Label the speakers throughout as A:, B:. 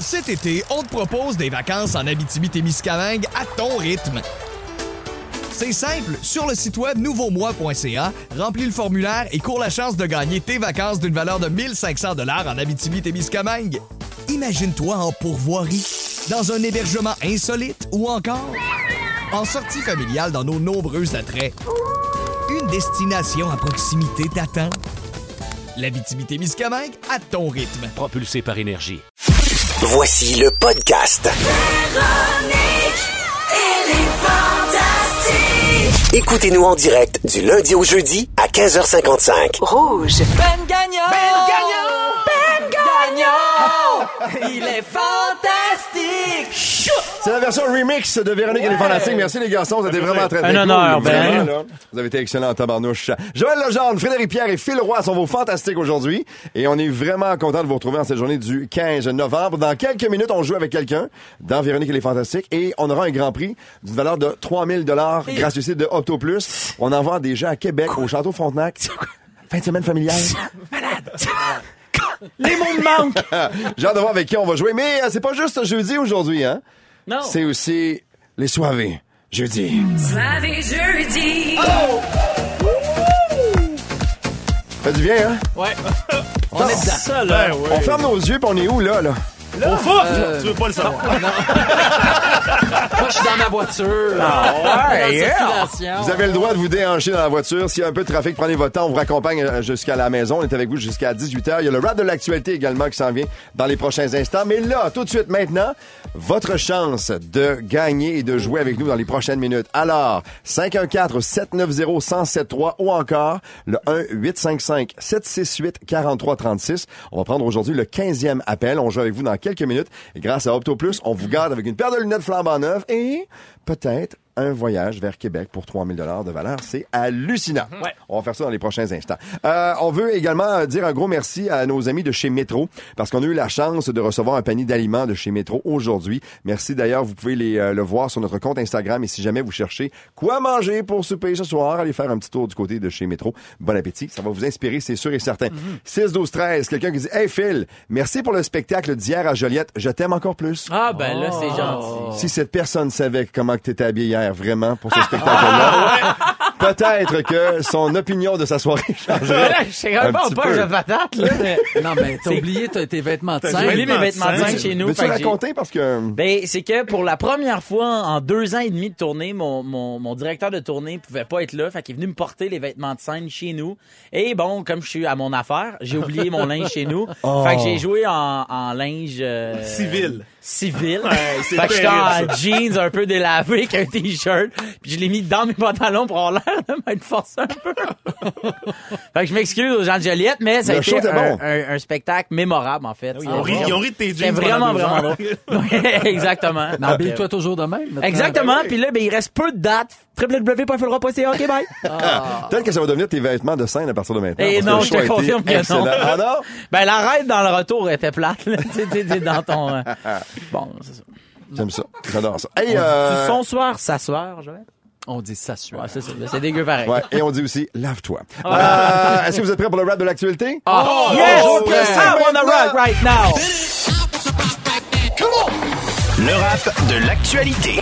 A: Cet été, on te propose des vacances en Abitibi-Témiscamingue à ton rythme. C'est simple, sur le site web nouveaumois.ca, remplis le formulaire et cours la chance de gagner tes vacances d'une valeur de 1500 dollars en Abitibi-Témiscamingue. Imagine-toi en pourvoirie, dans un hébergement insolite ou encore en sortie familiale dans nos nombreux attraits. Une destination à proximité t'attend. L'Abitibi-Témiscamingue à ton rythme.
B: propulsé par énergie.
C: Voici le podcast. Écoutez-nous en direct du lundi au jeudi à 15h55.
D: Rouge.
E: Ben Gagnon! Ben Gagnon! Ben Gagnon! Il est fantastique!
F: C'est la version remix de Véronique et les Fantastiques. Merci les garçons, vous étiez vraiment très, très
G: Un honneur,
F: cool.
G: Ben.
F: Vraiment, là, Vous avez été excellents en tabarnouche. Joël Legendre, Frédéric Pierre et Phil Roy sont vos fantastiques aujourd'hui. Et on est vraiment content de vous retrouver en cette journée du 15 novembre. Dans quelques minutes, on joue avec quelqu'un dans Véronique et les Fantastiques. Et on aura un grand prix d'une valeur de 3000 dollars grâce au site de Opto Plus. On envoie des gens à Québec, au Château Frontenac. Fin de semaine familiale.
G: Les mots me manquent.
F: J'ai hâte de voir avec qui on va jouer. Mais euh, c'est pas juste jeudi aujourd'hui, hein?
G: Non.
F: C'est aussi les soirées. Jeudi. Ça fait du bien, hein?
G: Ouais. On est dedans. Ça, là.
H: Ben oui.
F: On ferme nos yeux, puis on est où, là, là?
H: Au fouf! Tu veux pas le savoir.
E: Moi, je suis dans ma voiture.
F: ouais,
E: dans
F: yeah.
E: la circulation.
F: Vous avez le droit de vous déhancher dans la voiture. S'il y a un peu de trafic, prenez votre temps. On vous raccompagne euh, jusqu'à la maison. On est avec vous jusqu'à 18h. Il y a le rap de l'actualité également qui s'en vient dans les prochains instants. Mais là, tout de suite maintenant, votre chance de gagner et de jouer avec nous dans les prochaines minutes. Alors, 514-790-1073 ou encore le 1-855-768-4336. On va prendre aujourd'hui le 15e appel. On joue avec vous dans quelques minutes. Et grâce à Opto Plus, on vous garde avec une paire de lunettes flambant neuves et peut-être un voyage vers Québec pour 3000 dollars de valeur. C'est hallucinant. On va faire ça dans les prochains instants. Euh, on veut également euh, dire un gros merci à nos amis de chez Métro parce qu'on a eu la chance de recevoir un panier d'aliments de chez Métro aujourd'hui. Merci d'ailleurs, vous pouvez les, euh, le voir sur notre compte Instagram et si jamais vous cherchez quoi manger pour souper ce soir, allez faire un petit tour du côté de chez Métro. Bon appétit, ça va vous inspirer, c'est sûr et certain. 6 12 13, quelqu'un qui dit "Hey Phil, merci pour le spectacle d'hier à Joliette, je t'aime encore plus."
E: Ah, ben là, c'est gentil.
F: Si cette personne savait comment que t'étais habillé hier, vraiment, pour ce
G: Ah
F: spectacle-là, peut-être que son opinion de sa soirée changerait.
G: Là, je sais même pas
F: Un
G: au
F: petit
G: poche
F: peu.
G: de patate, là.
E: Non, mais t'as oublié t'as tes vêtements de
H: T'as
E: scène.
H: oublié mes
G: vêtements de
H: scène
G: chez nous.
F: Veux-tu
G: fait que j'ai-
F: raconter? Parce que...
G: Ben, c'est que pour la première fois en deux ans et demi de tournée, mon, mon, mon directeur de tournée pouvait pas être là. Fait qu'il est venu me porter les vêtements de scène chez nous. Et bon, comme je suis à mon affaire, j'ai oublié mon linge chez nous.
F: Oh.
G: Fait que j'ai joué en, en linge... euh,
H: Civil.
G: Civil.
H: c'est
G: fait que j'étais
H: terrible,
G: en jeans un peu délavé avec un t-shirt. Puis je l'ai mis dans mes pantalons pour avoir l'air de m'être forcé un peu. fait que je m'excuse aux gens de Joliette, mais ça
F: Le
G: a été
F: show était
G: un,
F: bon.
G: un- un spectacle mémorable, en fait. Ah,
H: Ils ont ri- ils ont ri de tes
G: C'est
H: jeans. pendant
G: vraiment,
H: deux
G: vraiment
H: heures.
G: drôle. Ouais, Exactement.
E: Mais habille-toi toujours de même. maintenant.
G: Exactement. Puis là, ben, il reste peu de dates. www.fulra.ca. OK, bye.
F: Peut-être que ça va devenir tes vêtements de scène à partir de maintenant.
G: Et
F: parce que
G: Eh non,
F: le
G: je
F: choix
G: te
F: a été
G: confirme que non.
F: excellent. Ah non?
G: Ben, la raide dans le retour était plate. là. Tu sais, tu sais, tu sais, dans ton... euh, Bon, c'est ça.
F: J'aime ça. J'adore ça. Hey, euh,
G: Son soir, sa soir, Joël.
E: On dit ça suit.
G: Ouais, c'est ça. C'est dégueu pareil.
F: ouais, et on dit aussi, lave-toi. Euh, Est-ce que vous êtes prêts pour le rap de l'actualité?
G: Oh, yes!
F: oh, ouais.
G: I wanna rock right now!
B: Le rap de l'actualité.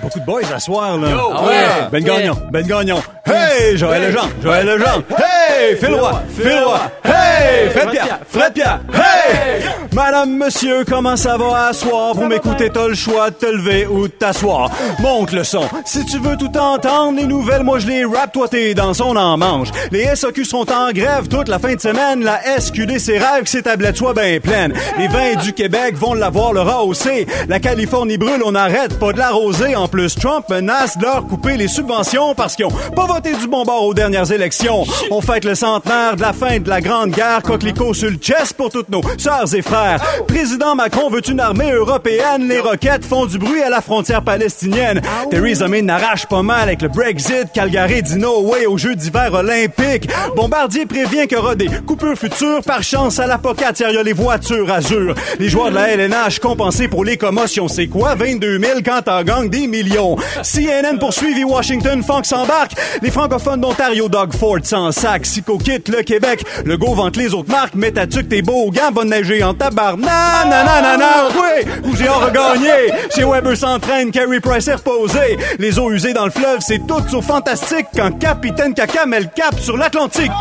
H: Beaucoup de boys à soir, là.
G: ouais.
H: Ben
G: Ouais.
H: Gagnon, Ben Gagnon. Hey, Joël Legendre, Joël Legendre. Hey, Phil Roy, Phil Roy. Hey, Fred Pierre, Fred Pierre. Hey! Madame, monsieur, comment ça va à soir? Vous m'écoutez, t'as le choix de te lever ou de t'asseoir. Monte le son. Si tu veux tout entendre, les nouvelles, moi je les rappe, toi t'es dans son en mange. Les SAQ sont en grève toute la fin de semaine. La SQD, c'est rêve que ses tablettes soient bien pleines. Les vins du Québec vont l'avoir leur AOC. La Californie brûle, on arrête pas de la rosée. En plus, Trump menace de leur couper les subventions parce qu'ils ont pas voté du bon bord aux dernières élections. On fête le centenaire de la fin de la Grande Guerre, coquelicot sur le chest pour toutes nos sœurs et frères. Président Macron veut une armée européenne. Les roquettes font du bruit à la frontière palestinienne. Theresa May n'arrache pas mal avec le Brexit. Calgary dit no way aux Jeux d'hiver olympiques. Bombardier prévient qu'il y aura des coupures futures. Par chance, à la Pocatière, il y a les voitures azur. Les joueurs de la LNH compensés pour les commotions. C'est quoi? 22 000 quand t'en gagnes des millions. CNN poursuivi Washington, Funk s'embarque. Les francophones d'Ontario, Doug Ford sans sac. Psycho quitte le Québec. Le go vante les autres marques. Mets ta tuque, t'es beau aux gants. Bonne neiger en tabarnak, nanana, oui, Rougier a regagné. Chez Weber s'entraîne, Carey Price est reposé. Les eaux usées dans le fleuve, c'est tout sauf fantastique quand Capitaine Caca met le cap sur l'Atlantique.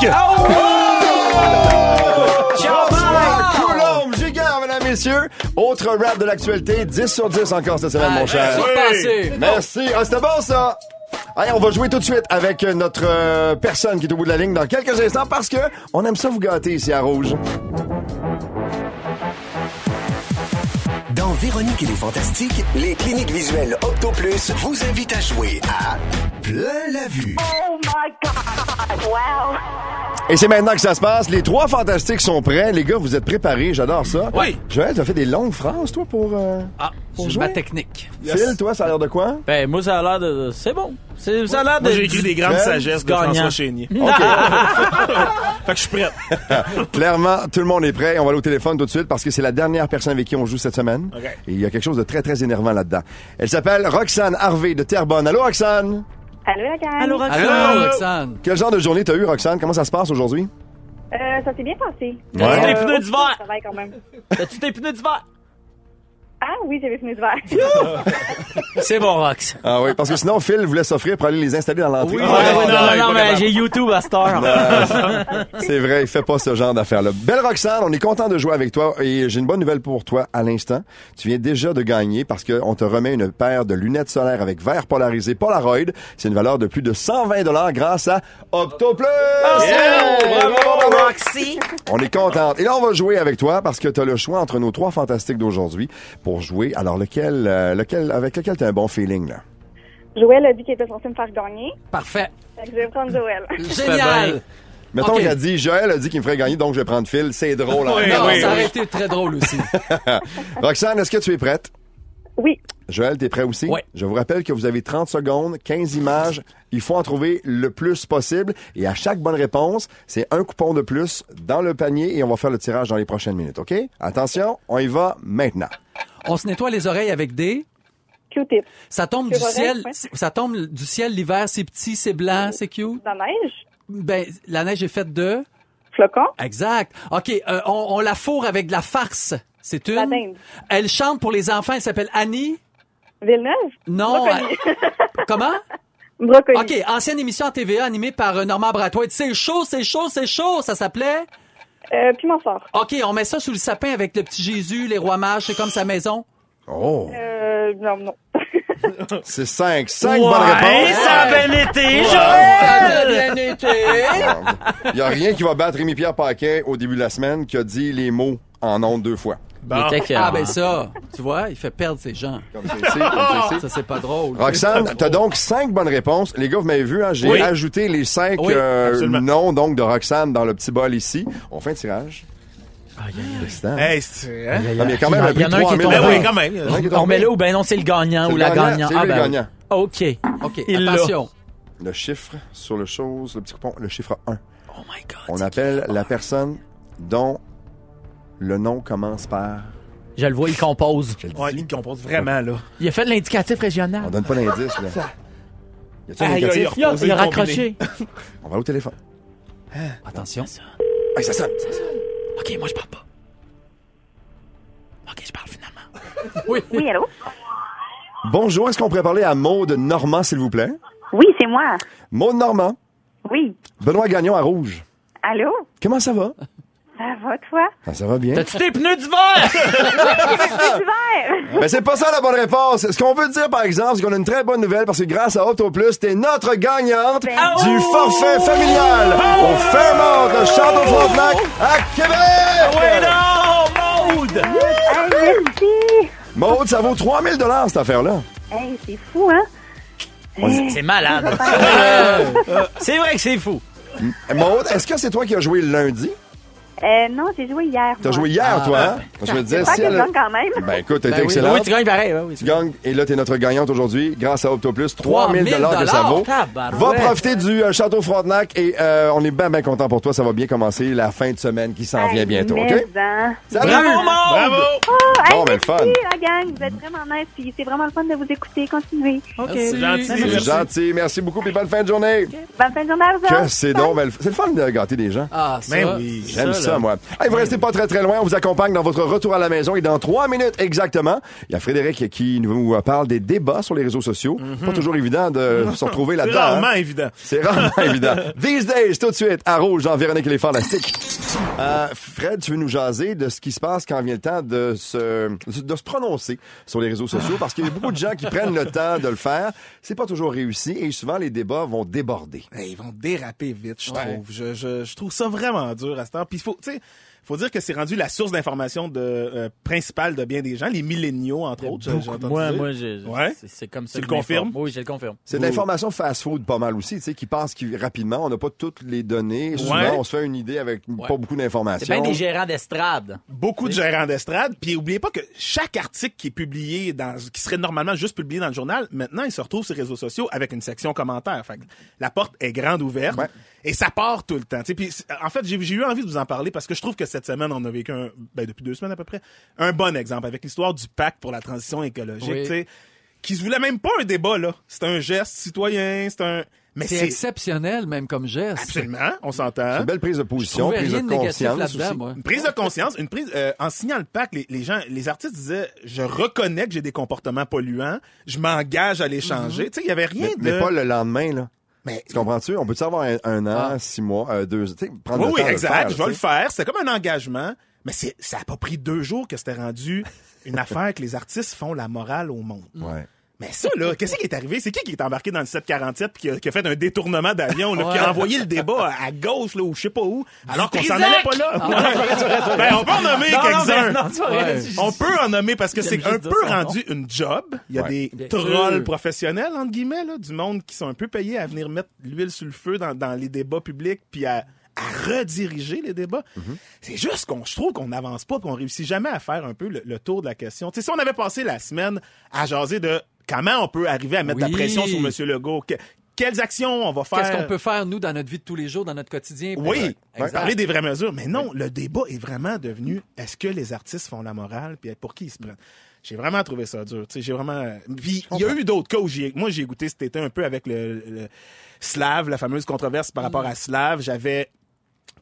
F: Coulombe, Giguère, mesdames, messieurs. Autre rap de l'actualité, 10 sur 10 encore cette semaine, mon cher.
E: Surpassé.
F: Merci. Ah, c'était bon, ça. Allez, on va jouer tout de suite avec notre euh, personne qui est au bout de la ligne dans quelques instants parce que on aime ça vous gâter ici à Rouge.
C: Dans Véronique et les Fantastiques, les cliniques visuelles Opto Plus vous invitent à jouer à Plein la vue.
F: Et c'est maintenant que ça se passe. Les trois fantastiques sont prêts. Les gars, vous êtes préparés. J'adore ça.
E: Oui.
F: Joël, t'as fait des longues phrases, toi, pour. euh,
E: Ah,
F: Pour
E: c'est
F: jouer?
E: ma technique.
F: Phil, toi, ça a l'air de quoi?
G: Ben, moi, ça a l'air de. C'est bon. C'est- Ça a l'air de.
D: Moi, j'ai écrit des grandes
F: Ben,
D: sagesses de
G: gagnant.
D: François Chénier. fait que je suis prête.
F: Clairement, tout le monde est prêt. On va aller au téléphone tout de suite parce que c'est la dernière personne avec qui on joue cette semaine.
D: OK.
F: Et il y a quelque chose de très, très énervant là-dedans. Elle s'appelle Roxane Harvey de Terrebonne. Allô, Roxane?
I: Allô, la gang.
G: Allô, Roxane.
E: Allô, Roxane.
F: Quel genre de journée t'as eu, Roxane? Comment ça se passe aujourd'hui?
I: Euh, ça s'est bien passé. Euh,
G: T'as-tu
F: Ouais.
G: tes pneus
I: Ça
G: d'hiver?
I: travaille quand même.
G: T'as-tu tes pneus d'hiver?
I: Ah oui, j'ai mes verre.
G: C'est bon, Rox.
F: Ah oui, parce que sinon, Phil voulait s'offrir pour aller les installer dans l'entrée. Ah,
G: non,
D: ouais, non,
G: non, non,
D: il est pas
G: mais
D: capable.
G: j'ai YouTube à cette heure.
F: C'est vrai, il fait pas ce genre d'affaires-là. Belle Roxane, on est content de jouer avec toi et j'ai une bonne nouvelle pour toi à l'instant. Tu viens déjà de gagner parce qu'on te remet une paire de lunettes solaires avec verre polarisé Polaroid. C'est une valeur de plus de 120 grâce à Optoplus!
G: Roxy.
F: On est contente. Et là, on va jouer avec toi parce que tu as le choix entre nos trois fantastiques d'aujourd'hui pour jouer. Alors, lequel, euh, lequel, avec lequel tu as un bon feeling, là?
I: Joël a dit qu'il était censé me faire gagner.
E: Parfait.
I: Fait que je vais prendre Joël.
E: Génial.
F: Mettons
E: Ok.
F: qu'elle dit, Joël a dit qu'il me ferait gagner, donc je vais prendre Phil. C'est drôle. hein?
D: Oui,
E: Non,
D: oui,
E: ça
D: oui.
E: aurait été très drôle aussi.
F: Roxane, est-ce que tu es prête?
I: Oui.
F: Joël, t'es prêt aussi?
E: Oui.
F: Je vous rappelle que vous avez 30 secondes, 15 images. Il faut en trouver le plus possible. Et à chaque bonne réponse, c'est un coupon de plus dans le panier et on va faire le tirage dans les prochaines minutes, OK? Attention, on y va maintenant.
E: On se nettoie les oreilles avec des...
I: Q-tip.
E: Ça tombe du
I: C'est vrai,
E: ciel,
I: ouais.
E: ça tombe du ciel l'hiver, c'est petit, c'est blanc, c'est cute.
I: La neige.
E: Ben, la neige est faite de...
I: Flocon.
E: Exact. OK, euh, on, on la fourre avec de la farce. C'est une...
I: La dinde.
E: Elle chante pour les enfants, elle s'appelle Annie.
I: Villeneuve.
E: Non.
I: Brocoli.
E: elle- Comment?
I: Brocoli.
E: OK, ancienne émission à TVA animée par euh, Normand Bratoit. C'est chaud, c'est chaud, c'est chaud, ça s'appelait.
I: Euh, puis mon sort.
E: OK, on met ça sous le sapin avec le petit Jésus, les rois mages, c'est comme sa maison.
F: Oh!
I: Euh, non, non.
F: C'est 5. 5 bonnes réponses. Ah,
G: ça a bien été,
E: Bien été.
F: Il n'y a rien qui va battre Rémi-Pierre Paquin au début de la semaine qui a dit les mots en nombre deux fois.
D: Bon.
E: Ah ben ça, tu vois, il fait perdre ses gens.
F: Comme c'est ici, comme c'est ici.
E: Ça c'est pas drôle.
F: Roxane, t'as donc cinq bonnes réponses. Les gars, vous m'avez vu, hein, j'ai
D: Oui.
F: ajouté les cinq
E: Oui,
F: euh,
D: absolument.
F: noms donc de Roxane dans le petit bol ici. On fait un tirage. Excitant.
D: Hey, c'est... hein?
F: Non, mais il y a quand même
G: Il y
F: un prix
G: en
F: de
G: a un qui
F: 3 000
G: est
D: Ben oui,
G: Ah.
D: quand même.
F: Il y en a un qui est
G: On met
F: tombé.
G: là ou ben non, c'est le gagnant
F: C'est
G: ou
F: le
G: la
F: gagnant,
G: gagnante.
F: c'est lui le
G: ben,
F: gagnant.
G: OK.
E: OK,
G: Il l'a.
E: attention.
F: Le chiffre sur le chose, le petit coupon, le chiffre 1.
G: Oh my God.
F: On appelle la personne dont le nom commence par...
G: Je le vois, il compose.
F: Je le dis.
D: Ouais, il compose vraiment, là.
G: Il a fait de l'indicatif
F: On
G: régional.
F: donne pas d'indice, là. Y a-t-il un
D: Aïe,
F: indicatif?
D: aïe, aïe.
G: Il a raccroché.
F: On va au téléphone.
E: Attention.
F: Hey, ça sonne.
G: OK, moi, je parle pas. OK, je parle finalement.
I: Oui, allô?
F: Bonjour, est-ce qu'on pourrait parler à Maude Normand, s'il vous plaît?
I: Oui, c'est moi.
F: Maude Normand,
I: Oui.
F: Benoît Gagnon à Rouge.
I: Allô?
F: Comment ça va?
I: Ça va, toi?
F: Ah, ça va bien.
G: T'as-tu tes pneus d'hiver?
F: Ah!
I: Super!
F: Mais Ben, c'est pas ça la bonne réponse. Ce qu'on veut dire, par exemple, c'est qu'on a une très bonne nouvelle parce que grâce à Auto Plus, t'es notre gagnante
G: Ben
F: du forfait familial
G: Oh!
F: au Fairmont de Château-Frontenac à Québec!
G: non, Maude!
I: Ah, merci!
F: Maude, ça vaut 3000 dollars cette affaire-là.
I: Hey, c'est fou, hein?
G: C'est malade.
D: Ben
G: c'est vrai que c'est fou.
F: Eh, Maude, est-ce que c'est toi qui as joué lundi?
I: Euh, non, j'ai joué hier.
F: T'as
I: moi.
F: joué hier, toi, hein? Je me disais,
I: J'espère
F: si
I: que je
F: elle...
I: gagne quand même.
F: Ben écoute, t'as été
E: Ben oui.
F: excellente.
G: Oui, tu gagnes pareil. oui,
F: Tu
G: oui.
F: gagnes et là, t'es notre gagnante aujourd'hui grâce à Opto Plus. 3000 dollars que ça vaut.
G: Tabarouette.
F: Va profiter du euh, Château Frontenac et euh, on est bien, bien content pour toi. Ça va bien commencer la fin de semaine qui s'en vient bientôt, OK?
I: Mais, hein.
F: Salut!
G: Bravo, Maude!
D: Bravo!
I: Hey,
F: Bon, ben, le
I: merci,
F: fun.
I: la gang. Vous êtes vraiment nice. Puis c'est vraiment le fun de vous écouter. Continuez.
D: C'est gentil.
F: C'est
D: merci.
F: gentil. Merci beaucoup et bonne fin de journée.
I: Bonne fin de journée à vous
F: Que
I: autres.
F: c'est donc, ben, le- c'est le fun de gâter des gens.
E: Ah, ça.
D: Mais
G: Ben
D: oui.
F: J'aime ça, moi. Hey, vous restez pas très très loin. On vous accompagne dans votre retour à la maison et dans trois minutes exactement, il y a Frédéric qui nous parle des débats sur les réseaux sociaux. Pas toujours évident de se retrouver
D: C'est
F: là-dedans.
D: rarement
F: hein.
D: évident.
F: C'est rarement évident. These days, tout de suite, à rouge, Jean-Véronique Les Fantastiques. Euh, Fred, tu veux nous jaser de ce qui se passe quand vient le temps de se, de se prononcer sur les réseaux sociaux, parce qu'il y a beaucoup de gens qui prennent le temps de le faire. C'est pas toujours réussi et souvent les débats vont déborder.
D: Hey, ils vont déraper vite, je trouve. Je, je, je trouve ça vraiment dur à cette heure. Puis il faut, tu sais, faut dire que c'est rendu la source d'information de, euh, principale de bien des gens, les milléniaux, entre autres. j'ai- j'ai entendu
G: Moi,
D: dire.
G: moi, je, je-
D: Ouais.
G: c'est- c'est comme ça.
D: Tu
G: que
D: le
G: je m'informe.
D: confirmes?
G: Oui, je le confirme.
F: C'est de l'information fast-food pas mal aussi, tu sais, qui passe qui, rapidement. On n'a pas toutes les données. Souvent,
D: Ouais.
F: on se fait une idée avec pas beaucoup d'informations.
G: C'est bien des gérants d'estrade.
D: Beaucoup de gérants d'estrade. Puis oubliez pas que chaque article qui est publié dans, qui serait normalement juste publié dans le journal, maintenant, il se retrouve sur les réseaux sociaux avec une section commentaires. Fait que la porte est grande ouverte.
F: Ouais.
D: Et ça part tout le temps. Tu sais, Puis, c'est- en fait, j'ai j'ai eu envie de vous en parler parce que je trouve que cette semaine, on a vécu un, ben, depuis deux semaines à peu près, un bon exemple avec l'histoire du pacte pour la transition écologique,
E: Oui.
D: tu sais, qui se voulait même pas un débat, là. C'est un geste citoyen, c'est un, mais
E: C'est
D: c'est,
E: exceptionnel, même comme geste.
D: absolument, on s'entend.
F: Une belle prise de
E: hein? Je
F: position,
E: trouvais
F: prise de
E: rien de négatif
F: conscience.
E: là-dedans,
F: aussi.
E: moi.
D: Une prise de conscience, une prise euh, en signant le pacte, les, les gens, les artistes disaient je reconnais que j'ai des comportements polluants, je m'engage à les changer. Tu sais, il y avait rien
F: Mm-hmm. Mais,
D: de
F: mais pas le lendemain, là.
D: Mais-
F: tu comprends-tu? On peut savoir un, un an,
E: Ah.
F: six mois, euh, deux, tu sais, prendre
D: Oui
F: le
D: oui,
F: temps de
D: exact,
F: faire,
D: je
F: tu
D: vais
F: sais.
D: le faire, c'est comme un engagement, mais c'est ça a pas pris deux jours que c'était rendu une affaire que les artistes font la morale au monde.
F: Ouais.
D: Mais ça là, qu'est-ce qui est arrivé C'est qui qui est embarqué dans le 747 puis qui a, qui a fait un détournement d'avion là, qui a envoyé le débat à, à gauche là ou je sais pas où, alors qu'on s'en allait pas là.
G: Ah,
D: ben, on peut en nommer quelques-uns. On peut en nommer parce que c'est
G: juste
D: un
G: dire
D: peu
G: son nom.
D: rendu une job. Il y a
F: Ouais.
D: des
E: sûr.
D: trolls professionnels, entre guillemets, là, du monde qui sont un peu payés à venir mettre l'huile sur le feu dans, dans les débats publics puis à, à rediriger les débats.
E: Mhm.
D: C'est juste qu'on, je trouve qu'on n'avance pas qu'on réussit jamais à faire un peu le, le tour de la question. Tu sais, si on avait passé la semaine à jaser de comment on peut arriver à mettre de
E: Oui.
D: la pression sur M. Legault, que- quelles actions on va faire.
E: Qu'est-ce qu'on peut faire, nous, dans notre vie de tous les jours, dans notre quotidien?
D: Oui,
E: Exact.
D: parler des vraies mesures. Mais non, le débat est vraiment devenu est-ce que les artistes font la morale puis pour qui ils se prennent J'ai vraiment trouvé ça dur. tu sais, J'ai vraiment. Puis il y a eu d'autres cas où j'ai. Moi, j'ai goûté cet été un peu avec le, le Slav, la fameuse controverse par rapport à Slav. J'avais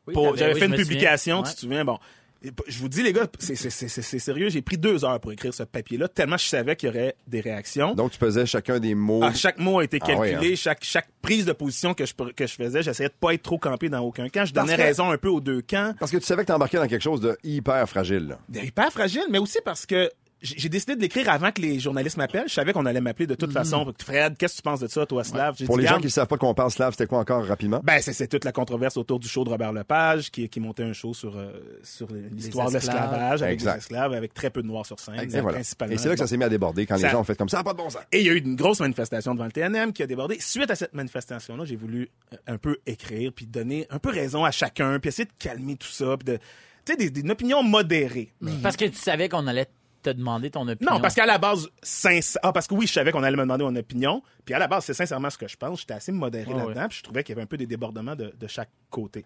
G: Oui,
D: pour-
G: t'avais-
D: j'avais fait
G: oui, je
D: une
G: me souviens.
D: publication,
G: Ouais.
D: tu te souviens, bon. Et p- Je vous dis, les gars, c'est- c'est c'est- c'est sérieux, j'ai pris deux heures pour écrire ce papier-là, tellement je savais qu'il y aurait des réactions.
F: Donc, tu faisais chacun des mots.
D: Ah, chaque mot a été
F: Ah
D: calculé,
F: oui,
D: chaque, chaque prise de position que je, que je faisais, j'essayais de pas être trop campé dans aucun camp. Je
F: Parce
D: donnais
F: que-
D: raison un peu aux deux camps.
F: Parce que tu savais que t'embarquais dans quelque chose de hyper fragile, là.
D: Des- Ben, Hyper fragile, mais aussi parce que j'ai j'ai décidé de l'écrire avant que les journalistes m'appellent. Je savais qu'on allait m'appeler de toute façon. Fred, qu'est-ce que tu penses de ça, toi, Slav? J'ai
F: Mm. Pour
D: dit,
F: les gens
D: garde,
F: qui ne savent pas de quoi on parle, Slav, c'était quoi encore rapidement?
D: Ben, c'est- c'est toute la controverse autour du show de Robert Lepage, qui, qui montait un show sur, euh, sur l'histoire de
E: esclaves.
D: l'esclavage, avec
F: Exact.
D: des esclaves, avec très peu de noirs sur scène,
F: Et
D: euh,
F: voilà.
D: principalement.
F: Et c'est là que ça
D: Bon.
F: s'est mis à déborder quand les
D: Ça-
F: gens ont fait comme ça. Ah, pas de bon sens.
D: Et il y a eu une grosse manifestation devant le TNM qui a débordé. Suite à cette manifestation-là, j'ai voulu euh, un peu écrire, puis donner un peu raison à chacun, puis essayer de calmer tout ça, puis de... Tu sais, des, des- une opinion modérée.
G: Parce que tu savais qu'on allait te demander ton opinion.
D: Non, parce qu'à la base, sincère. Ah, parce que oui, je savais qu'on allait me demander mon opinion. Puis à la base, c'est sincèrement ce que je pense. J'étais assez modéré
G: Ah,
D: là-dedans. Puis je trouvais qu'il y avait un peu des débordements de, de chaque côté.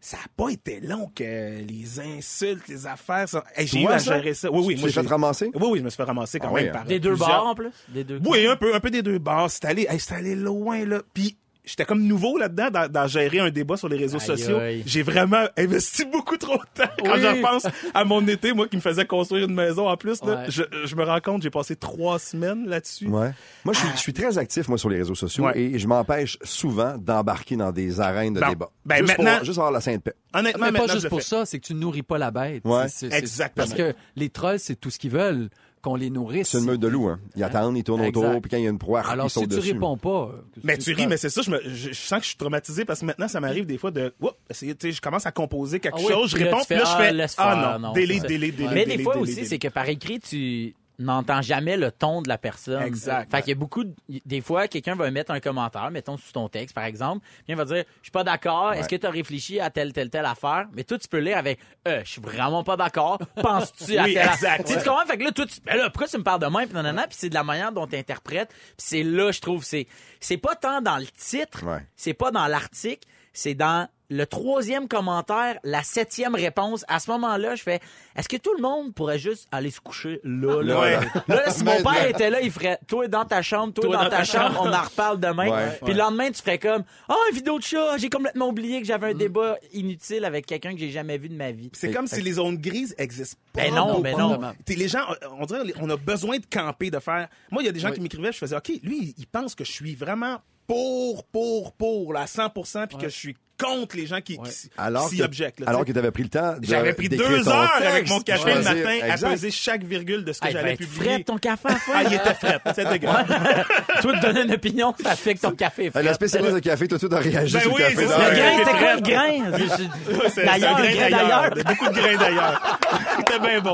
D: Ça n'a pas été long que les insultes, les affaires. Ça... Hey, j'ai eu
F: Toi,
D: à
F: ça?
D: gérer ça. Oui, oui,
F: Tu
D: moi.
F: t'es fait
D: j'ai-
F: ramasser?
D: Oui, oui, je me suis fait ramasser quand
F: Ah
D: même
F: oui, hein.
D: par
G: Des deux
D: plusieurs-
G: bars, en plus? Des deux
D: oui, un peu, un peu des deux bars. C'est allé, hey, c'est allé loin, là. Puis j'étais comme nouveau là-dedans dans, dans gérer un débat sur les réseaux
G: Aïe,
D: sociaux.
G: aïe.
D: J'ai vraiment investi beaucoup trop de temps. Quand
E: Oui.
D: je repense à mon été, moi, qui me faisait construire une maison en plus, là,
E: Ouais.
D: je, je me rends compte, j'ai passé trois semaines là-dessus.
F: Ouais. Moi, je suis, je suis très actif, moi, sur les réseaux sociaux
D: Ouais.
F: et je m'empêche souvent d'embarquer dans des arènes de
D: Bon.
F: débat.
D: Ben,
F: juste
D: maintenant-
F: Pour, juste avoir la sainte paix.
D: Honnêtement,
G: Ah,
E: Mais
D: maintenant, je
E: pas juste
D: le
E: pour
D: fais.
E: ça, c'est que tu nourris pas la bête.
F: Ouais.
E: C'est- c'est- c'est-
D: Exactement.
E: Parce que les trolls, c'est tout ce qu'ils veulent, qu'on les nourrisse.
F: C'est une meute de loups, hein. Ils attendent, ils tournent
E: Exact.
F: autour, puis quand il y a une proie, ils
E: Alors,
F: sautent
E: si tu
F: dessus.
E: réponds pas... euh, qu'est-ce
D: Mais
E: que
D: tu
E: fais?
D: ris, mais c'est ça, je, me, je, je sens que je suis traumatisé parce que maintenant, ça m'arrive des fois de. Oups, essayer, tu sais, je commence à composer quelque
G: Ah oui,
D: chose, je
G: puis là,
D: réponds,
G: tu
D: puis
G: fais,
D: là,
G: ah,
D: je fais.
G: laisse faire,
D: Ah non,
G: non,
D: délai,
G: c'est ça.
D: délai, délai.
G: Mais des fois aussi, c'est que par écrit, tu n'entends jamais le ton de la personne.
D: Exact.
G: Fait qu'il y a beaucoup de... Des fois, quelqu'un va mettre un commentaire, mettons, sous ton texte, par exemple, puis il va dire, je suis pas d'accord, est-ce que tu as réfléchi à telle, telle, telle affaire? Mais toi, tu peux lire avec, euh, je suis vraiment pas d'accord, penses-tu à
D: Oui,
G: telle affaire?
D: exact.
G: Tu sais,
D: Ouais.
G: tu comprends? Fait que là, toi, tu... Ben là, pourquoi tu me parles de moi? Puis nanana, puis c'est de la manière dont tu interprètes. Puis c'est là, je trouve, c'est... C'est pas tant dans le titre,
F: Ouais.
G: c'est pas dans l'article, c'est dans le troisième commentaire, la septième réponse, à ce moment-là, je fais Est-ce que tout le monde pourrait juste aller se coucher là, là?
F: Ouais.
G: Là, si mon
F: Maintenant.
G: père était là, il ferait Toi dans ta chambre, toi, dans, ta, chambre, on en reparle demain.
F: Ouais.
G: Puis le lendemain, tu ferais comme Ah, une vidéo de chat, j'ai complètement oublié que j'avais un débat inutile avec quelqu'un que j'ai jamais vu de ma vie.
D: C'est comme si les zones grises existent pas.
G: Ben non,
D: beaucoup.
G: ben non.
D: T'es- Les gens, on dirait, on a besoin de camper, de faire. Moi, il y a des gens qui m'écrivaient, je faisais, OK, lui, il pense que je suis vraiment pour, pour, pour, là, à 100 puis que je suis contre les gens qui, qui s'y-
F: Alors
D: s'y
F: que,
D: objectent. là,
F: alors
D: tu
F: que
D: sais.
F: tu avais pris le temps de
D: J'avais pris
F: d'écrire
D: deux
F: ton
D: heures
F: texte.
D: avec mon café le
F: Ouais.
D: matin
F: Exact.
D: à peser chaque virgule de ce que
G: Hey,
D: j'allais
G: ben,
D: publier.
G: Fred, ton café à la fin.
D: Ah, il était frais. C'est dégueulasse.
G: Toi, te donner une opinion, ça fait que ton café est
F: Euh,
G: frais.
F: La spécialiste de café, tout de suite, a réagi
D: Ben
F: sur
D: oui,
F: le café.
D: c'est ça.
G: Le
F: d'heure.
D: Ouais.
G: grain, c'était quoi le grain? Je- je-
D: C'est- c'est un
G: D'ailleurs,
D: grain
G: le grain d'ailleurs.
D: d'ailleurs. Beaucoup de grains d'ailleurs. C'était bien bon.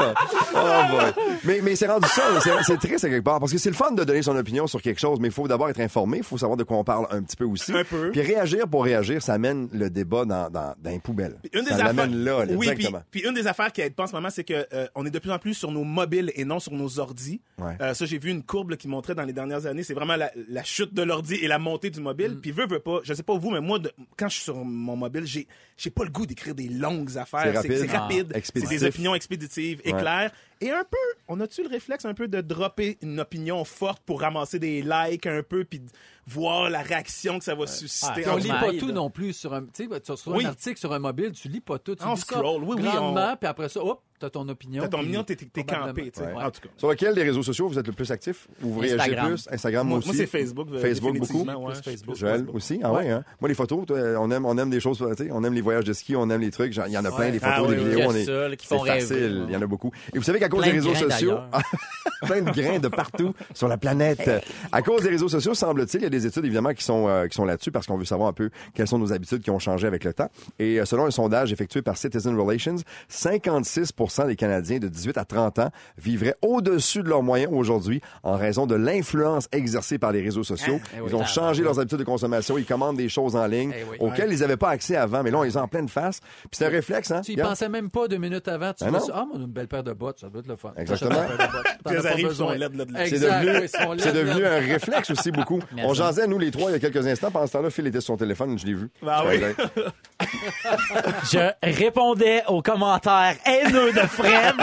F: Oh boy. mais mais c'est rendu ça, là. c'est- c'est triste à quelque part, parce que c'est le fun de donner son opinion sur quelque chose, mais il faut d'abord être informé, il faut savoir de quoi on parle un petit peu aussi.
D: Un peu.
F: Puis réagir pour réagir, ça amène le débat dans, dans, dans les poubelles.
D: Puis une des
F: ça
D: affaires.
F: l'amène là, là,
D: oui, puis-
F: exactement.
D: Puis, une des affaires qui aide pas en ce moment, c'est que euh, on est de plus en plus sur nos mobiles et non sur nos ordis.
F: Ouais.
D: Euh, ça, j'ai vu une courbe là, qui montrait dans les dernières années, c'est vraiment la, la chute de l'ordi et la montée du mobile.
E: Mm.
D: Puis veux, veux pas, je sais pas vous, mais moi, de- quand je suis sur mon mobile, j'ai j'ai pas le goût d'écrire des longues
F: C'est
D: affaires.
F: rapide.
D: C'est rapide.
F: Ah,
D: c'est
F: expéditif.
D: des opinions expéditives, éclairs. Et un peu, on a-tu le réflexe un peu de dropper une opinion forte pour ramasser des likes un peu, puis de voir la réaction que ça va susciter.
G: Ah,
E: on
D: en
E: lit
G: Maïd.
E: pas
D: live.
E: tout non plus sur un, tu sais, bah, sur- sur
D: Oui.
E: un article, sur un mobile, tu lis pas tout. Tu
D: On
E: lis ça
D: scroll, oui, oui,
E: grandement,
D: on-
E: puis après ça, hop, t'as ton opinion.
D: T'as ton
E: puis
D: opinion, t'es- t'es
E: probablement.
D: campé, tu sais.
E: Ouais.
D: En tout cas.
F: Sur lequel des réseaux sociaux vous êtes le plus actif? Ou vous réagissez
G: Instagram.
F: plus? Instagram, moi,
D: Moi,
F: aussi.
D: moi, c'est Facebook, euh,
F: Facebook, beaucoup.
D: définitivement, ouais,
F: Plus
D: Facebook.
F: Joël
D: Facebook.
F: aussi. Ah ouais. hein? Moi, les photos, toi, on aime, on aime des choses, tu sais, on aime les voyages de ski, on aime les trucs. genre, Il y en a plein, des photos,
D: Ah oui,
F: des
D: oui.
F: vidéos.
G: Il y a
F: on est,
G: ça, là, qui
F: c'est
G: font rêver.
F: facile. Il y en a beaucoup. Et vous savez qu'à cause
G: Plein
F: des
G: de
F: réseaux
G: grains,
F: sociaux, plein de grains de partout sur la planète. À cause des réseaux sociaux, semble-t-il, il y a des études évidemment qui sont euh, qui sont là-dessus parce qu'on veut savoir un peu quelles sont nos habitudes qui ont changé avec le temps. Et euh, selon un sondage effectué par Citizen Relations, 56% des Canadiens de 18 à 30 ans vivraient au-dessus de leurs moyens aujourd'hui en raison de l'influence exercée par les réseaux sociaux.
G: Ah, eh
F: Ils ont
G: ben
F: changé leurs habitudes de consommation, ils commandent des choses en ligne
E: Eh oui.
F: auxquelles ils n'avaient pas accès avant, mais là on les a en pleine face. Puis c'est un réflexe, hein
E: Tu y
F: Regarde.
E: pensais même pas deux minutes avant. Tu
F: Ben
E: vois
F: non.
E: ça, ah, mon une belle paire de bottes, ça doit être le fun.
F: Exactement.
E: T'achètes une paire de bottes. T'en
D: Puis
E: as
D: elles
E: pas
D: arrivent,
E: besoin.
D: sont laides, laides, laides.
F: C'est
E: Exact,
F: devenu,
E: oui, ils sont
F: c'est
E: laides,
F: devenu
E: laides.
F: un réflexe aussi beaucoup.
G: Mais
F: On
G: ça.
F: jasait, nous, les trois, il y a quelques instants. Pendant ce temps-là, Phil était sur son téléphone, je l'ai vu.
D: Ah oui.
G: Je répondais aux commentaires haineux de Fred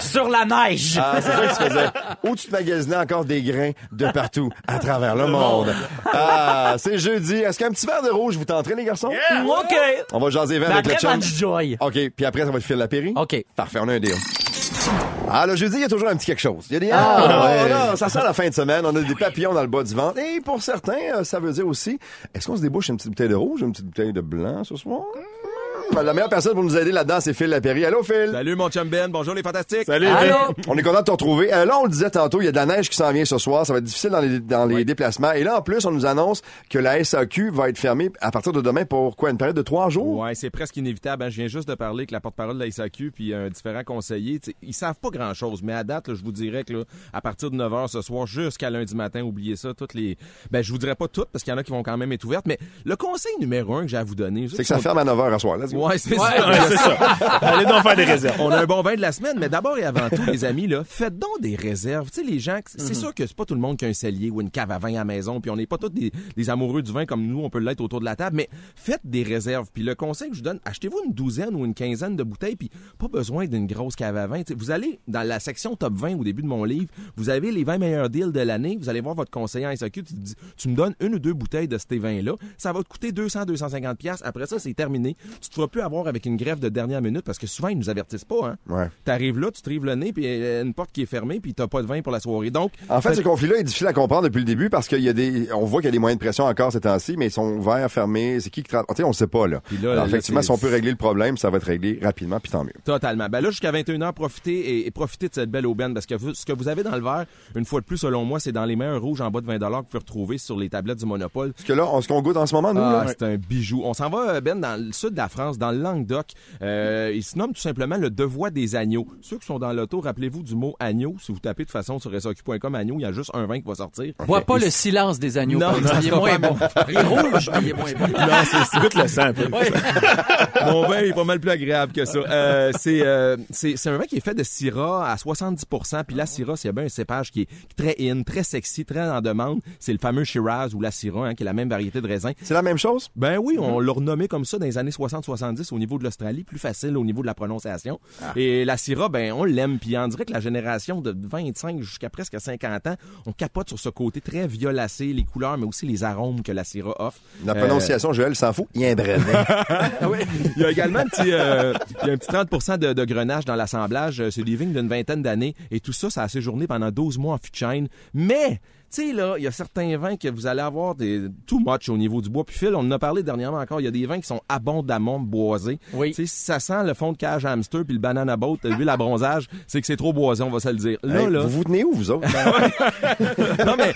G: sur la neige.
F: Ah, c'est ça que tu faisais. Ou tu te magasinais encore des grains de partout, à travers le, monde. Ah, c'est jeudi. Est-ce qu'un petit verre de rouge vous tenterez, les garçons?
G: Mm, OK.
F: On va jaser vert
G: Ben,
F: Ah. avec le
G: après
F: chum. Ah,
G: Match Joy.
F: OK, puis après, ça va te filer la péri.
G: OK.
F: Parfait, on a un deal. Ah, le jeudi, il y a toujours un petit quelque chose. Il y a des... Ah, voilà, ça sent la fin de semaine. On a des papillons dans le bas du ventre. Et pour certains, euh, ça veut dire aussi, est-ce qu'on se débouche une petite bouteille de rouge, une petite bouteille de blanc ce soir? Mmh. La meilleure personne pour nous aider là-dedans, c'est Phil Lapéry. Allô, Phil?
J: Salut mon chum Ben, bonjour les fantastiques.
D: Salut,
G: Allô?
F: On est content de te retrouver. Euh, là, on le disait tantôt, il y a de la neige qui s'en vient ce soir. Ça va être difficile dans les, dans les déplacements. Et là, en plus, on nous annonce que la SAQ va être fermée à partir de demain pour quoi? Une période de trois jours?
J: Ouais, c'est presque inévitable. hein. Je viens juste de parler avec la porte-parole de la SAQ puis un différent conseiller. Tu sais, Ils savent pas grand-chose, mais à date, là, je vous dirais que là, à partir de 9h ce soir jusqu'à lundi matin, oubliez ça, toutes les... Ben, je vous dirais pas toutes, parce qu'il y en a qui vont quand même être ouvertes, mais le conseil numéro un que j'ai à vous donner...
F: C'est que ça ferme à 9h à soir. Let's go.
J: Ouais, c'est ça.
D: Ouais, c'est ça. Allez donc faire des réserves.
J: on a un bon vin de la semaine, mais d'abord et avant tout, les amis, là, faites donc des réserves. Tu sais, les gens, c'est
H: Mm-hmm.
J: sûr que c'est pas tout le monde qui a un cellier ou une cave à vin à la maison, puis on n'est pas tous des, des amoureux du vin comme nous, on peut l'être autour de la table, mais faites des réserves. Puis le conseil que je vous donne, achetez-vous une douzaine ou une quinzaine de bouteilles, puis pas besoin d'une grosse cave à vin. Tu sais, vous allez dans la section top 20 au début de mon livre, vous avez les 20 meilleurs deals de l'année, vous allez voir votre conseiller en SAQ, tu te dis, tu me donnes une ou deux bouteilles de ces vins-là, ça va te coûter 200-250$, piastres. après ça, c'est terminé. Tu te feras plus avoir avec une grève de dernière minute, parce que souvent, ils nous avertissent pas, hein.
F: Ouais.
J: T'arrives là, tu te rives le nez, puis euh, une porte qui est fermée, puis t'as pas de vin pour la soirée. Donc,
F: En fait,
J: faites-
F: ce conflit-là est difficile à comprendre depuis le début parce qu'il y a des, on voit qu'il y a des moyens de pression encore ces temps-ci, mais ils sont ouverts, fermés. C'est qui qui tra- Tu sais, on le sait pas, là.
J: Puis là,
F: Alors,
J: là,
F: effectivement,
J: c'est-
F: si on peut régler le problème, ça va être réglé rapidement, puis tant mieux.
J: Totalement. Ben là, jusqu'à 21h, profitez et, et profitez de cette belle aubaine parce que vous- ce que vous avez dans le verre, une fois de plus, selon moi, c'est dans les mains rouges en bas de 20 que vous pouvez retrouver sur les tablettes du Monopole.
F: Parce que là, on, ce qu'on goûte en ce moment, nous,
J: Ah,
F: là,
J: c'est un bijou. On s'en va, Ben, dans le sud de la France, passe dans le Languedoc. Euh, il se nomme tout simplement le devoir des agneaux. Ceux qui sont dans l'auto, rappelez-vous du mot agneau. Si vous tapez de toute façon sur SAQ.com agneau, il y a juste un vin qui va sortir.
E: Bois pas
J: Et
E: le silence des agneaux.
J: Non,
E: par exemple.
J: non,
E: il est
J: c'est
E: moins
J: pas
E: bon. Il est rouge, mais il est moins bon.
J: Non, c'est ça.
D: Goûte le sang un peu.
E: Ouais.
J: Mon vin est pas mal plus agréable que ça. Euh, c'est, euh, c'est, c'est un vin qui est fait de Syrah à 70%. Puis la Syrah, c'est bien un cépage qui est très in, très sexy, très en demande. C'est le fameux Shiraz ou la Syrah, hein, qui est la même variété de raisin.
F: C'est la même chose?
J: Ben oui, on l'a renommé comme ça dans les années 60-70 au niveau de l'Australie, plus facile au niveau de la prononciation. Et la Syrah, ben on l'aime. Puis on dirait que la génération de 25 jusqu'à presque 50 ans, on capote sur ce côté très violacé, les couleurs, mais aussi les arômes que la Syrah offre.
F: La
J: Euh,
F: prononciation, Joël s'en fout. Il y a un brevet.
J: il y a également un petit, euh, il y a un petit 30 de, de grenage dans l'assemblage. Euh, C'est des vignes d'une vingtaine d'années. Et tout ça, ça a séjourné pendant 12 mois en fût de chêne. Mais, tu sais, là, il y a certains vins que vous allez avoir des too much au niveau du bois. Puis Phil, on en a parlé dernièrement encore. Il y a des vins qui sont abondamment boisés.
G: Oui.
J: Tu sais, si ça sent le fond de cage à hamster puis le banana boat, euh, l'huile à bronzage, c'est que c'est trop boisé, on va se le dire. Là,
F: Hey,
J: là.
F: Vous vous tenez où, vous autres?
J: Non, mais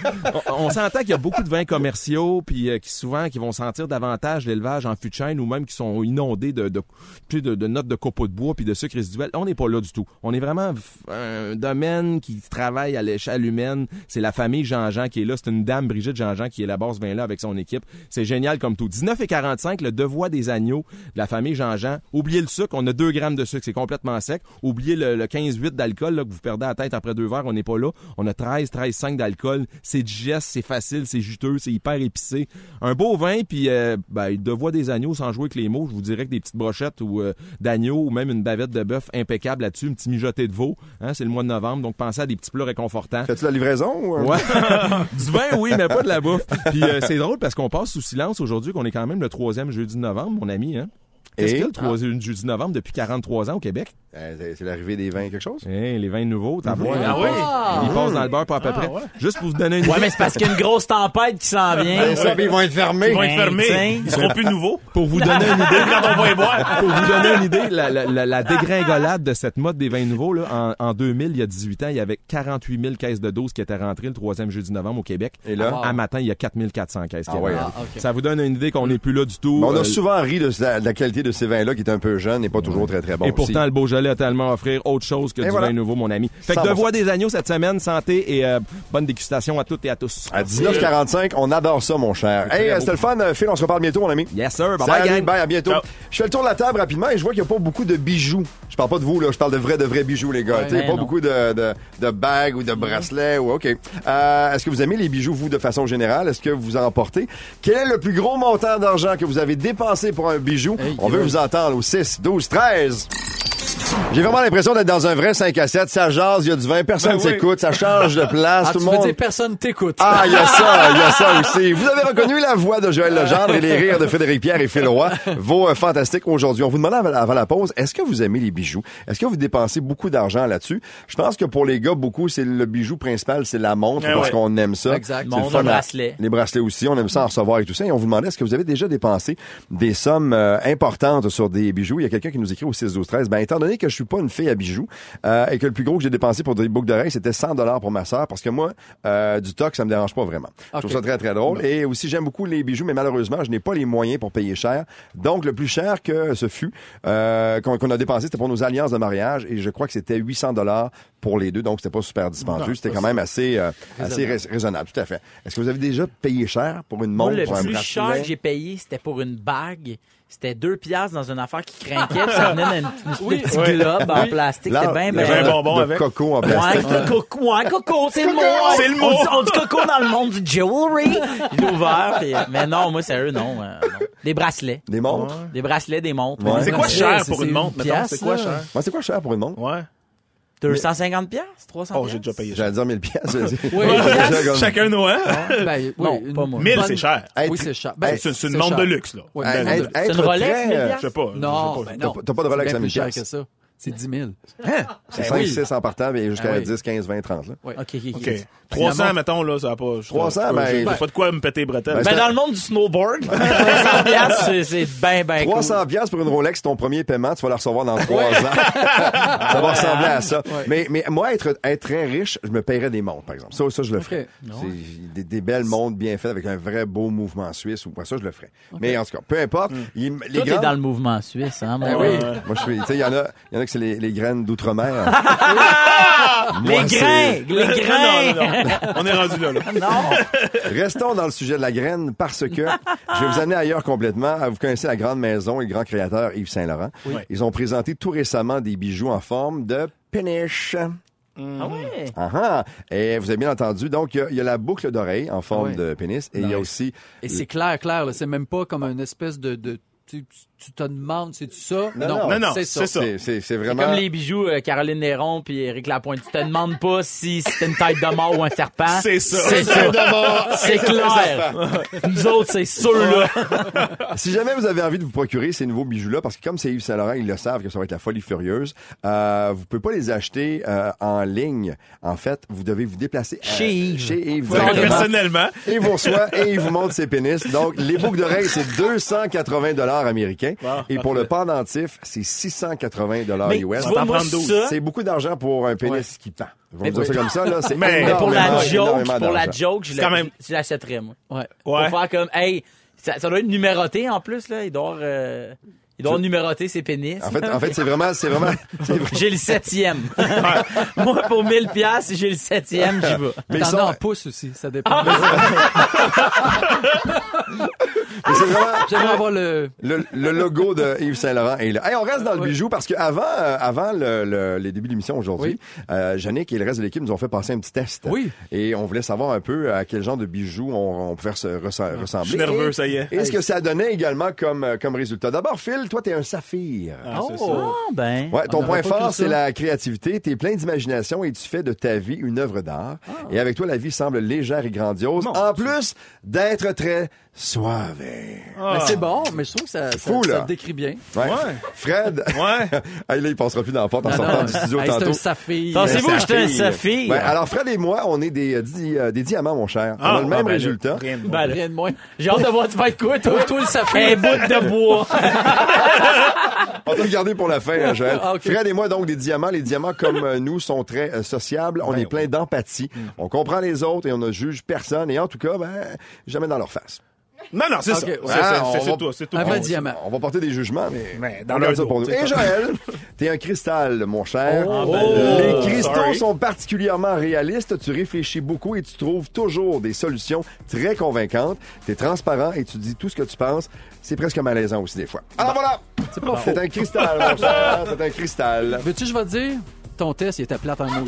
J: on, on s'entend qu'il y a beaucoup de vins commerciaux, puis euh, qui souvent qui vont sentir davantage l'élevage en fût de chêne ou même qui sont inondés de, de, tu sais, de- de notes de copeaux de bois puis de sucre résiduel. On n'est pas là du tout. On est vraiment f- un domaine qui travaille à l'échelle humaine. C'est la famille Jean-Jean qui est là. C'est une dame, Brigitte Jean-Jean, qui élabore ce vin-là avec son équipe. C'est génial comme tout. 19 et 45, le devoir des agneaux de la famille Jean-Jean. Oubliez le sucre. On a 2 grammes de sucre. C'est complètement sec. Oubliez le, le 15-8 d'alcool là, que vous perdez à la tête après deux verres. On n'est pas là. On a 13, 13, 5 d'alcool. C'est digeste, c'est facile, c'est juteux, c'est hyper épicé. Un beau vin, puis euh, ben, de voix des agneaux sans jouer avec les mots. Je vous dirais que des petites brochettes ou euh, d'agneau ou même une bavette de bœuf impeccable là-dessus, un petit mijoté de veau. Hein, c'est le mois de novembre, donc pensez à des petits plats réconfortants.
F: Fais-tu la livraison? Ou... euh?
J: Ouais. du vin, oui, mais pas de la bouffe. Puis euh, c'est drôle parce qu'on passe sous silence aujourd'hui qu'on est quand même le troisième jeudi de novembre, mon ami. Hein? Qu'est-ce
F: Et? Ah.
J: qu'il y a le troisième jeudi de novembre depuis 43 ans au Québec?
F: Euh, c'est- c'est l'arrivée des vins, quelque chose?
J: Hey, les vins nouveaux, t'as vu?
D: Ah oui?
J: Ils passent dans le beurre pas à peu
H: Ah,
J: près. Juste pour vous donner une idée,
G: Ouais, mais c'est parce qu'il y a une grosse tempête qui s'en
F: Ben,
G: vient.
F: ils vont être fermés.
D: Ils vont être
G: Ben, tiens.
D: fermés. Ils seront plus nouveaux.
J: pour vous donner une idée,
D: Quand on va les boire.
J: pour vous donner une idée, la, la- la- la dégringolade de cette mode des vins nouveaux, là, en, en 2000, il y a 18 ans, il y avait 48 000 caisses de doses qui étaient rentrées le troisième jeudi novembre au Québec.
F: Et là?
D: Ah.
J: À matin, il y a 4400 caisses qui
F: Ah
J: étaient
F: ouais,
J: rentrées.
G: hein. Ah, ok.
J: Ça vous donne une idée qu'on n'est plus là du tout.
F: Mais on
J: Euh,
F: a souvent ri de la, de la qualité de ces vins-là qui est un peu jeune et pas toujours très très bon.
J: et pourtant, le Beaujolais a tellement à offrir autre chose que
F: Et
J: du
F: voilà.
J: vin nouveau, mon ami. Fait
F: Ça
J: que de
F: va,
J: voix des agneaux cette semaine, santé et euh, bonne dégustation à toutes et à tous.
F: À 19h45, on adore ça, mon cher. Hey, euh, c'était le fun. Euh, Phil, on se reparle bientôt, mon ami.
J: Yes sir, bye
F: Salut,
J: bye gang.
F: à bientôt.
D: Ciao.
F: Je fais le tour de la table rapidement et je vois qu'il n'y a pas beaucoup de bijoux. Je parle pas de vous, là. Je parle de vrais, de vrais bijoux, les gars. Tu sais,
G: ben
F: pas
G: non.
F: beaucoup de, de, de bagues ou de bracelets ou OK. Euh, Est-ce que vous aimez les bijoux, vous, de façon générale? Est-ce que vous en portez? Quel est le plus gros montant d'argent que vous avez dépensé pour un bijou? on veut vous entendre au 6, 12, 13. J'ai vraiment l'impression d'être dans un vrai 5 à 7. Ça jase, il y a du vin,
D: Ben
F: personne
D: oui.
F: s'écoute, ça change de place,
E: Ah,
F: tout
E: tu
F: le
E: veux
F: monde.
E: dire personne t'écoute.
F: Ah, il y a ça, il y a ça aussi. Vous avez reconnu la voix de Joël Legendre et les rires de Frédéric Pierre et Phil Roy. Vos euh, fantastiques aujourd'hui. On vous demandait avant, avant la pause, est-ce que vous aimez les bijoux? Est-ce que vous dépensez beaucoup d'argent là-dessus? Je pense que pour les gars, beaucoup, c'est le bijou principal, c'est la montre
D: Eh
F: parce
D: ouais.
F: qu'on aime ça.
E: Exact.
F: C'est
G: Montre,
F: le fun à-
G: bracelet.
F: Les bracelets aussi, on aime ça en recevoir et tout ça. Et on vous demandait, est-ce que vous avez déjà dépensé des sommes euh, importantes sur des bijoux? Il y a quelqu'un qui nous écrit au 6 12 13 Ben, étant donné que je suis pas une fille à bijoux euh, et que le plus gros que j'ai dépensé pour des boucles d'oreilles, c'était 100 dollars pour ma sœur parce que moi, euh, du toc, ça me dérange pas vraiment. Je trouve ça très, très drôle. Et aussi, j'aime beaucoup les bijoux, mais malheureusement, je n'ai pas les moyens pour payer cher. Donc, le plus cher que ce fut, euh, qu'on qu'on a dépensé, c'était pour nos alliances de mariage et je crois que c'était 800 dollars pour les deux. Donc, c'était pas super dispendieux. C'était quand même assez, euh, assez rais- raisonnable. Tout à fait. Est-ce que vous avez déjà payé cher pour une
G: Moi,
F: montre?
G: le
F: pour un
G: plus
F: bracelet?
G: cher que j'ai payé, c'était pour une bague. C'était deux piastres dans une affaire qui craquait, puis ça venait dans une, une petite globe en plastique.
F: Là,
G: C'était bien,
F: le
G: bien.
D: vin bonbon
F: de
D: avec.
F: coco en
G: Ouais,
F: plastique.
G: coco, ouais, coco, c'est le mot.
D: C'est le mot.
G: On dit, on dit coco dans le monde du jewelry. Il est ouvert, puis- mais non, moi, sérieux, non, euh, non. Des bracelets.
F: Des montres?
G: Des bracelets, des montres.
F: Ouais.
G: Des
D: C'est quoi
G: bracelets,
D: cher
G: c'est-
D: pour une
G: c'est
D: montre, mettons?
G: piastre,
D: C'est quoi
G: là.
D: cher?
F: Ouais, c'est quoi cher pour une montre?
D: Ouais.
G: 250 piastres, 300
D: Oh, j'ai déjà payé cher.
F: J'allais dire 1000 piastres. je dis.
E: Oui.
F: J'ai déjà comme-
D: Chacun nos hein?
E: Ben, oui,
G: Non,
E: une
G: pas moi.
D: Mille,
E: bonne-
D: c'est cher.
F: Hey,
E: Oui,
F: t-
E: c'est cher.
D: Ben,
E: Ben,
D: c'est c'est une
E: c'est
D: montre
E: cher.
D: de luxe, là. Ben,
E: Ouais,
F: Hey,
E: une montre de
F: être
E: luxe.
G: C'est une
F: très-
G: Rolex, 1000
D: Je sais
G: piastres?
D: pas.
E: Non,
D: je sais pas.
E: ben
F: T'as
E: non.
F: pas- t'as pas de Rolex
E: C'est
F: à
E: bien plus
F: 1000
E: cher
F: piastres.
E: que ça. C'est 10 000.
F: C'est
E: Ben
F: 5,
E: oui.
F: 6 en partant, mais jusqu'à
E: Ah oui.
F: 10, 15, 20, 30. Là.
E: Ouais.
D: OK. 300, mettons, là, ça n'a pas.
F: 300,
D: je-
F: ben,
D: j'ai
F: ben-
D: pas de quoi me péter les bretelles.
F: Ben, Ben,
G: Dans le monde du snowboard, 300 piastres, c'est- c'est ben, ben cool.
F: 300 piastres pour une Rolex, ton premier paiement, tu vas la recevoir dans 3 ans. ça va ressembler à ça. Mais, mais moi, être, être très riche, je me paierais des montres, par exemple. Ça, ça je le ferais. C'est Des, des belles montres bien faites avec un vrai beau mouvement suisse ou quoi, ça, je le ferais. Mais en tout cas, peu importe. il- les
G: Mm. Toi, t'es
F: grandes-
G: dans le mouvement suisse, hein, mon
F: Ben
G: gars?
F: oui. Moi, je suis. Tu sais, il y en a, il y en a que c'est les, les graines d'outre-mer. Moi,
G: Les grains!
F: c'est-
G: Les
D: non, non,
G: grains!
D: non. On est rendu là, là.
G: Non!
F: Restons dans le sujet de la graine parce que je vais vous amener ailleurs complètement. Euh, Vous connaissez la grande maison et le grand créateur Yves Saint-Laurent. Ils ont présenté tout récemment des bijoux en forme de péniche.
G: Ah ouais!
F: Ah ah. Et vous avez bien entendu, donc il y a- il y, a la boucle d'oreille en forme
E: Ah ouais.
F: de pénis et il y a aussi
E: Et c'est clair, clair. là. C'est même pas comme une espèce de... de- tu, tu- tu te demandes, c'est ça?
F: Non, non.
D: Non, non, c'est ça.
F: c'est c'est- c'est
G: C'est
F: vraiment
G: comme les bijoux euh, Caroline Néron puis Éric Lapointe. Tu te demandes pas si c'était une tête de mort ou un serpent.
D: C'est ça.
G: C'est ça. C'est clair. Nous autres, c'est sûr, là.
F: Si jamais vous avez envie de vous procurer ces nouveaux bijoux-là, parce que comme c'est Yves Saint-Laurent, ils le savent que ça va être la folie furieuse, euh, vous pouvez pas les acheter euh, en ligne. En fait, vous devez vous déplacer à-
G: Chez Yves.
F: Chez Yves.
D: Donc,
F: directement.
D: personnellement,
F: Et il vous reçoit et il vous montre ses pénis. Donc, les boucles d'oreilles, c'est 280 dollars américains.
D: Wow,
F: et pour le pendentif, c'est 680 dollars
G: Mais
F: US.
G: tu vois, moi, ça-
F: C'est beaucoup d'argent pour un pénis qui pend. Vous me dire ça comme ça, là. C'est
D: Mais-
G: Mais pour
F: énormément,
G: la joke,
F: énormément
G: pour la
F: d'argent.
G: joke, je
D: C'est quand
G: la-
D: même-
G: je l'achèterais, moi. Ouais.
D: Ouais.
G: Pour faire comme, hey, ça, ça doit être numéroté en plus, là. Il doit, avoir, euh, il doit numéroter ses pénis.
F: En fait, en fait, c'est vraiment, c'est vraiment, c'est vraiment-
G: j'ai le septième. moi, pour 1000 piastres, j'ai le septième, j'y vais. Ah,
F: Mais ils
E: T'en
F: sont-
E: as en pouce aussi, ça dépend.
F: mais c'est vraiment,
G: ah,
E: J'aimerais avoir le...
F: Le, le logo de Yves Saint-Laurent est là. Hey, on reste dans le
E: Oui.
F: bijou parce que avant, euh, avant le, le- les débuts de l'émission aujourd'hui, euh, Yannick et le reste de l'équipe nous ont fait passer un petit test.
E: Oui.
F: Et on voulait savoir un peu à quel genre de bijoux on, on pouvait se ressa- ressembler.
D: je suis nerveux,
F: Et-
D: ça y est.
F: Et ce Ah, que ça donnait également comme, euh, comme résultat. D'abord, Phil, toi, t'es un saphir.
D: Ah, c'est ça.
G: Oh, ben.
F: Ouais, ton point
E: n'aurait pas cru
F: fort,
E: ça.
F: c'est la créativité. T'es plein d'imagination et tu fais de ta vie une œuvre d'art. Et avec toi, la vie semble légère et grandiose. en plus d'être très suave.
G: Ah,
E: Mais c'est bon, mais je trouve que ça, ça,
F: Fou,
E: ça
F: là.
E: le décrit bien.
F: Ouais. Fred.
D: Ouais.
F: Ah, là, il passera plus dans la porte en
E: Ah non,
F: sortant du
E: euh,
F: studio
E: hey, C'est
F: tantôt.
E: un saphir.
G: Pensez-vous que j'étais un
F: Ouais, ah.
G: saphir?
F: alors, Fred et moi, on est des, euh, di- euh, des diamants, mon cher. on a
D: Ah,
F: le
D: ah,
F: même
D: ben,
F: résultat.
D: rien de
G: Ben,
E: Rien de moins.
G: J'ai hâte de voir tu vas être quoi, toi, toi le saphir. Un bout de bois.
F: On t'a regardé pour la fin, hein, Joël.
E: Ah, ok.
F: Fred et moi, donc, des diamants. Les diamants, comme euh, nous, sont très euh, sociables. On est plein d'empathie. On comprend les autres et on ne juge personne. Et en tout cas, ben, jamais dans leur face.
D: Non, non, c'est
E: Ok,
D: ça.
E: ouais.
D: C'est ça,
F: Ah,
D: c'est-
F: on
D: c'est
F: va-
D: tout. C'est tout.
E: Un vrai
D: On-
E: diamant. Diamants.
F: On va porter des jugements, mais,
D: Mais dans
F: on garde
D: leur
F: ça
D: dos,
F: pour nous.
D: t'sais,
F: Et
D: comme-
F: Joël, t'es un cristal, mon cher.
D: ben là.
F: Les cristaux
D: Sorry.
F: sont particulièrement réalistes. Tu réfléchis beaucoup et tu trouves toujours des solutions très convaincantes. T'es transparent et tu dis tout ce que tu penses. C'est presque malaisant aussi des fois. Alors voilà! C'est pas C'est un cristal, mon cher. C'est un cristal.
E: Veux-tu, je vais te dire, ton test, il était plate en mots.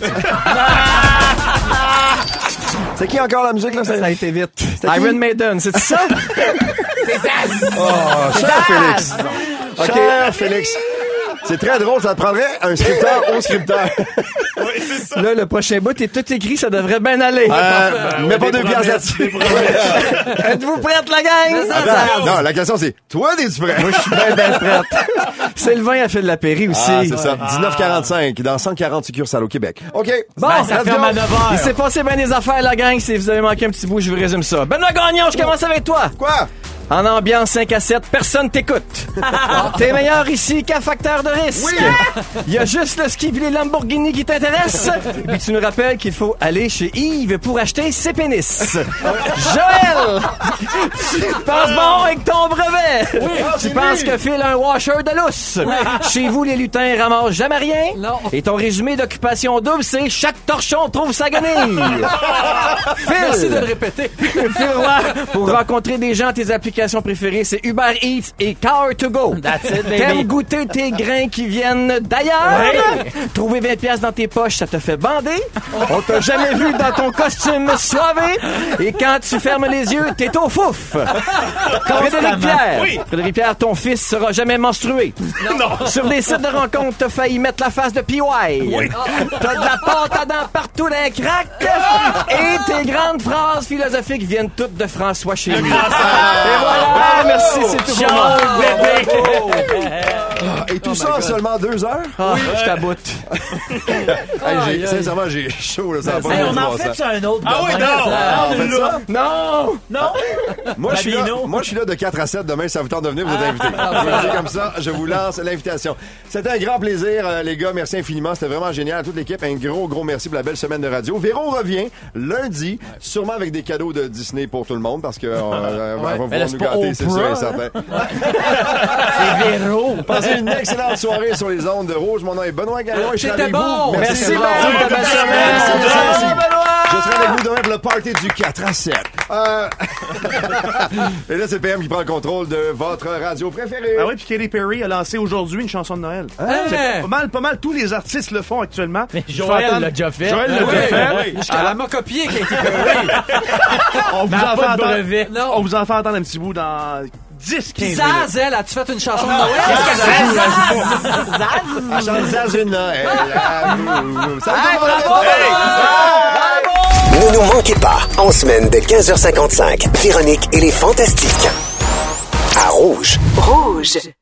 F: C'est qui encore la musique, là? C'est-
K: Ça a été vite.
F: qui?
K: Iron Maiden, c'est ça?
F: Oh, cher Félix! OK, Félix. C'est très drôle. Ça te prendrait un scripteur au scripteur.
K: Euh,
D: Oui, c'est ça.
K: Là, le prochain bout est tout écrit, ça devrait bien aller.
F: Euh, mets pas
D: des
F: deux pièces
D: promesses, des
F: là-dessus.
K: Êtes-vous prête, la gang?
F: Attends, non, la question c'est, toi, es-tu prêt? Moi, je suis
K: Ben, ben prête. C'est le vin à fait de la Péri aussi.
F: Ah, c'est ça. 1945, dans 140 succursales au Québec. OK.
K: Bon,
G: ça
E: Ben,
F: let's
G: ferme
F: go.
G: à 9 heures.
K: Il s'est passé bien des affaires, la gang. Si vous avez manqué un petit bout, je vous résume ça. Benoît Gagnon, je commence avec toi.
F: Quoi?
K: En ambiance 5 à 7, personne t'écoute. T'es meilleur ici qu'à facteur de risque. Il y a juste le ski et les Lamborghini qui t'intéressent. Puis tu nous rappelles qu'il faut aller chez Yves pour acheter ses pénis. Joël! tu penses bon avec ton brevet. tu penses que Phil a un washer de lousse. Chez vous, les lutins ramassent jamais rien.
E: Non.
K: Et ton résumé d'occupation double, c'est chaque torchon trouve sa guenille. Phil!
E: Merci de le répéter.
K: Phil Roy, pour rencontrer des gens, tes applications préférées, c'est Uber Eats et Car2Go.
G: That's it, baby.
K: T'aimes goûter tes grains qui viennent d'ailleurs? Trouver 20 pièces dans tes poches, ça te fait bander. On t'a jamais vu dans ton costume soivé. Et quand tu fermes les yeux, t'es au fouf. Frédéric Pierre.
D: Oui.
K: Frédéric Pierre, ton fils sera jamais menstrué. Sur des sites de rencontres, t'as failli mettre la face de PY. T'as de la pâte à dents partout dans les craques. Et tes grandes phrases philosophiques viennent toutes de
F: Ah,
K: Ah,
H: Ah,
K: François Chénier. Et voilà, merci, c'est tout pour moi.
G: Ciao, bébé.
F: Ah, et tout
L: Oh
F: ça
L: my
F: en
L: God.
F: seulement deux heures?
K: Ah, je t'aboute.
F: Hey, j'ai-
K: Aïe, aïe.
F: sincèrement, j'ai chaud, là, ça va pas
K: Hey,
F: de
K: on en
F: bon
K: fait
F: sens.
K: ça un autre.
H: Ah oui,
K: demain,
H: non!
K: ça.
F: Ah, on fait ça?
H: Non!
K: Non! Ah.
F: Moi, je suis là,
K: Babino.
F: moi, je suis là de 4 à 7 demain. Si ça vous tente de venir, vous êtes invités. Je vous le dis comme ça, je vous lance l'invitation. C'était un grand plaisir, euh, les gars. Merci infiniment. C'était vraiment génial. À toute l'équipe, un gros, gros merci pour la belle semaine de radio. Véro revient lundi, sûrement avec des cadeaux de Disney pour tout le monde parce que euh, euh, on va
K: là,
F: vouloir
K: c'est
F: nous
K: pas
F: gâter, c'est sûr
K: Oprah,
F: et certain.
K: C'est Véro!
F: Passez une excellente soirée sur les ondes de rouge. Mon nom est Benoît Gagnon et je suis
E: C'était
F: avec
E: bon.
F: vous.
K: Merci,
F: Benoît.
K: Benoît. Bonne
F: Merci,
K: semaine.
F: merci,
K: Bonne
F: merci.
K: semaine, Benoît.
F: Je serai avec vous demain pour le party du 4 à 7. Euh, et là, c'est PM qui prend le contrôle de votre radio préférée.
H: Ah oui, puis Katy Perry a lancé aujourd'hui une chanson de Noël. C'est Pas mal, pas mal, tous les artistes le font actuellement.
K: Joël l'a déjà fait.
H: Joël l'a
K: Oui.
H: déjà fait.
E: Elle m'a copié qui a été
H: On vous,
K: Mais
H: en fait
K: pas de
H: entendre,
K: brevet.
E: Non.
H: on vous en fait entendre un petit bout dans 10, 15 minutes.
E: Zaz, elle, as-tu fait
H: Ah,
E: une chanson de Noël?
F: Chante Zazuna. Hey, ah, ouh, ouh. Ça me demande- Hey.
C: Ne nous manquez pas, en semaine de 15h55, Véronique et les Fantastiques. À Rouge.
M: Rouge.